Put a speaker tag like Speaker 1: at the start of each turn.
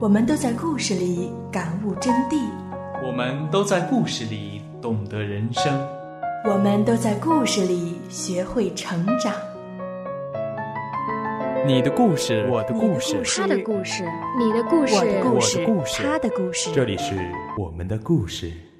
Speaker 1: 我们都在故事里感悟真谛，
Speaker 2: 我们都在故事里懂得人生。
Speaker 1: 我们都在故事里学会成长。
Speaker 2: 你的故事，我的故
Speaker 1: 你的
Speaker 2: 事
Speaker 1: 故，事
Speaker 3: 他的故事，你的故事，
Speaker 1: 我的故
Speaker 2: 我
Speaker 1: 事，
Speaker 2: 的故事
Speaker 1: 他的故事，
Speaker 4: 这里是我们的故事。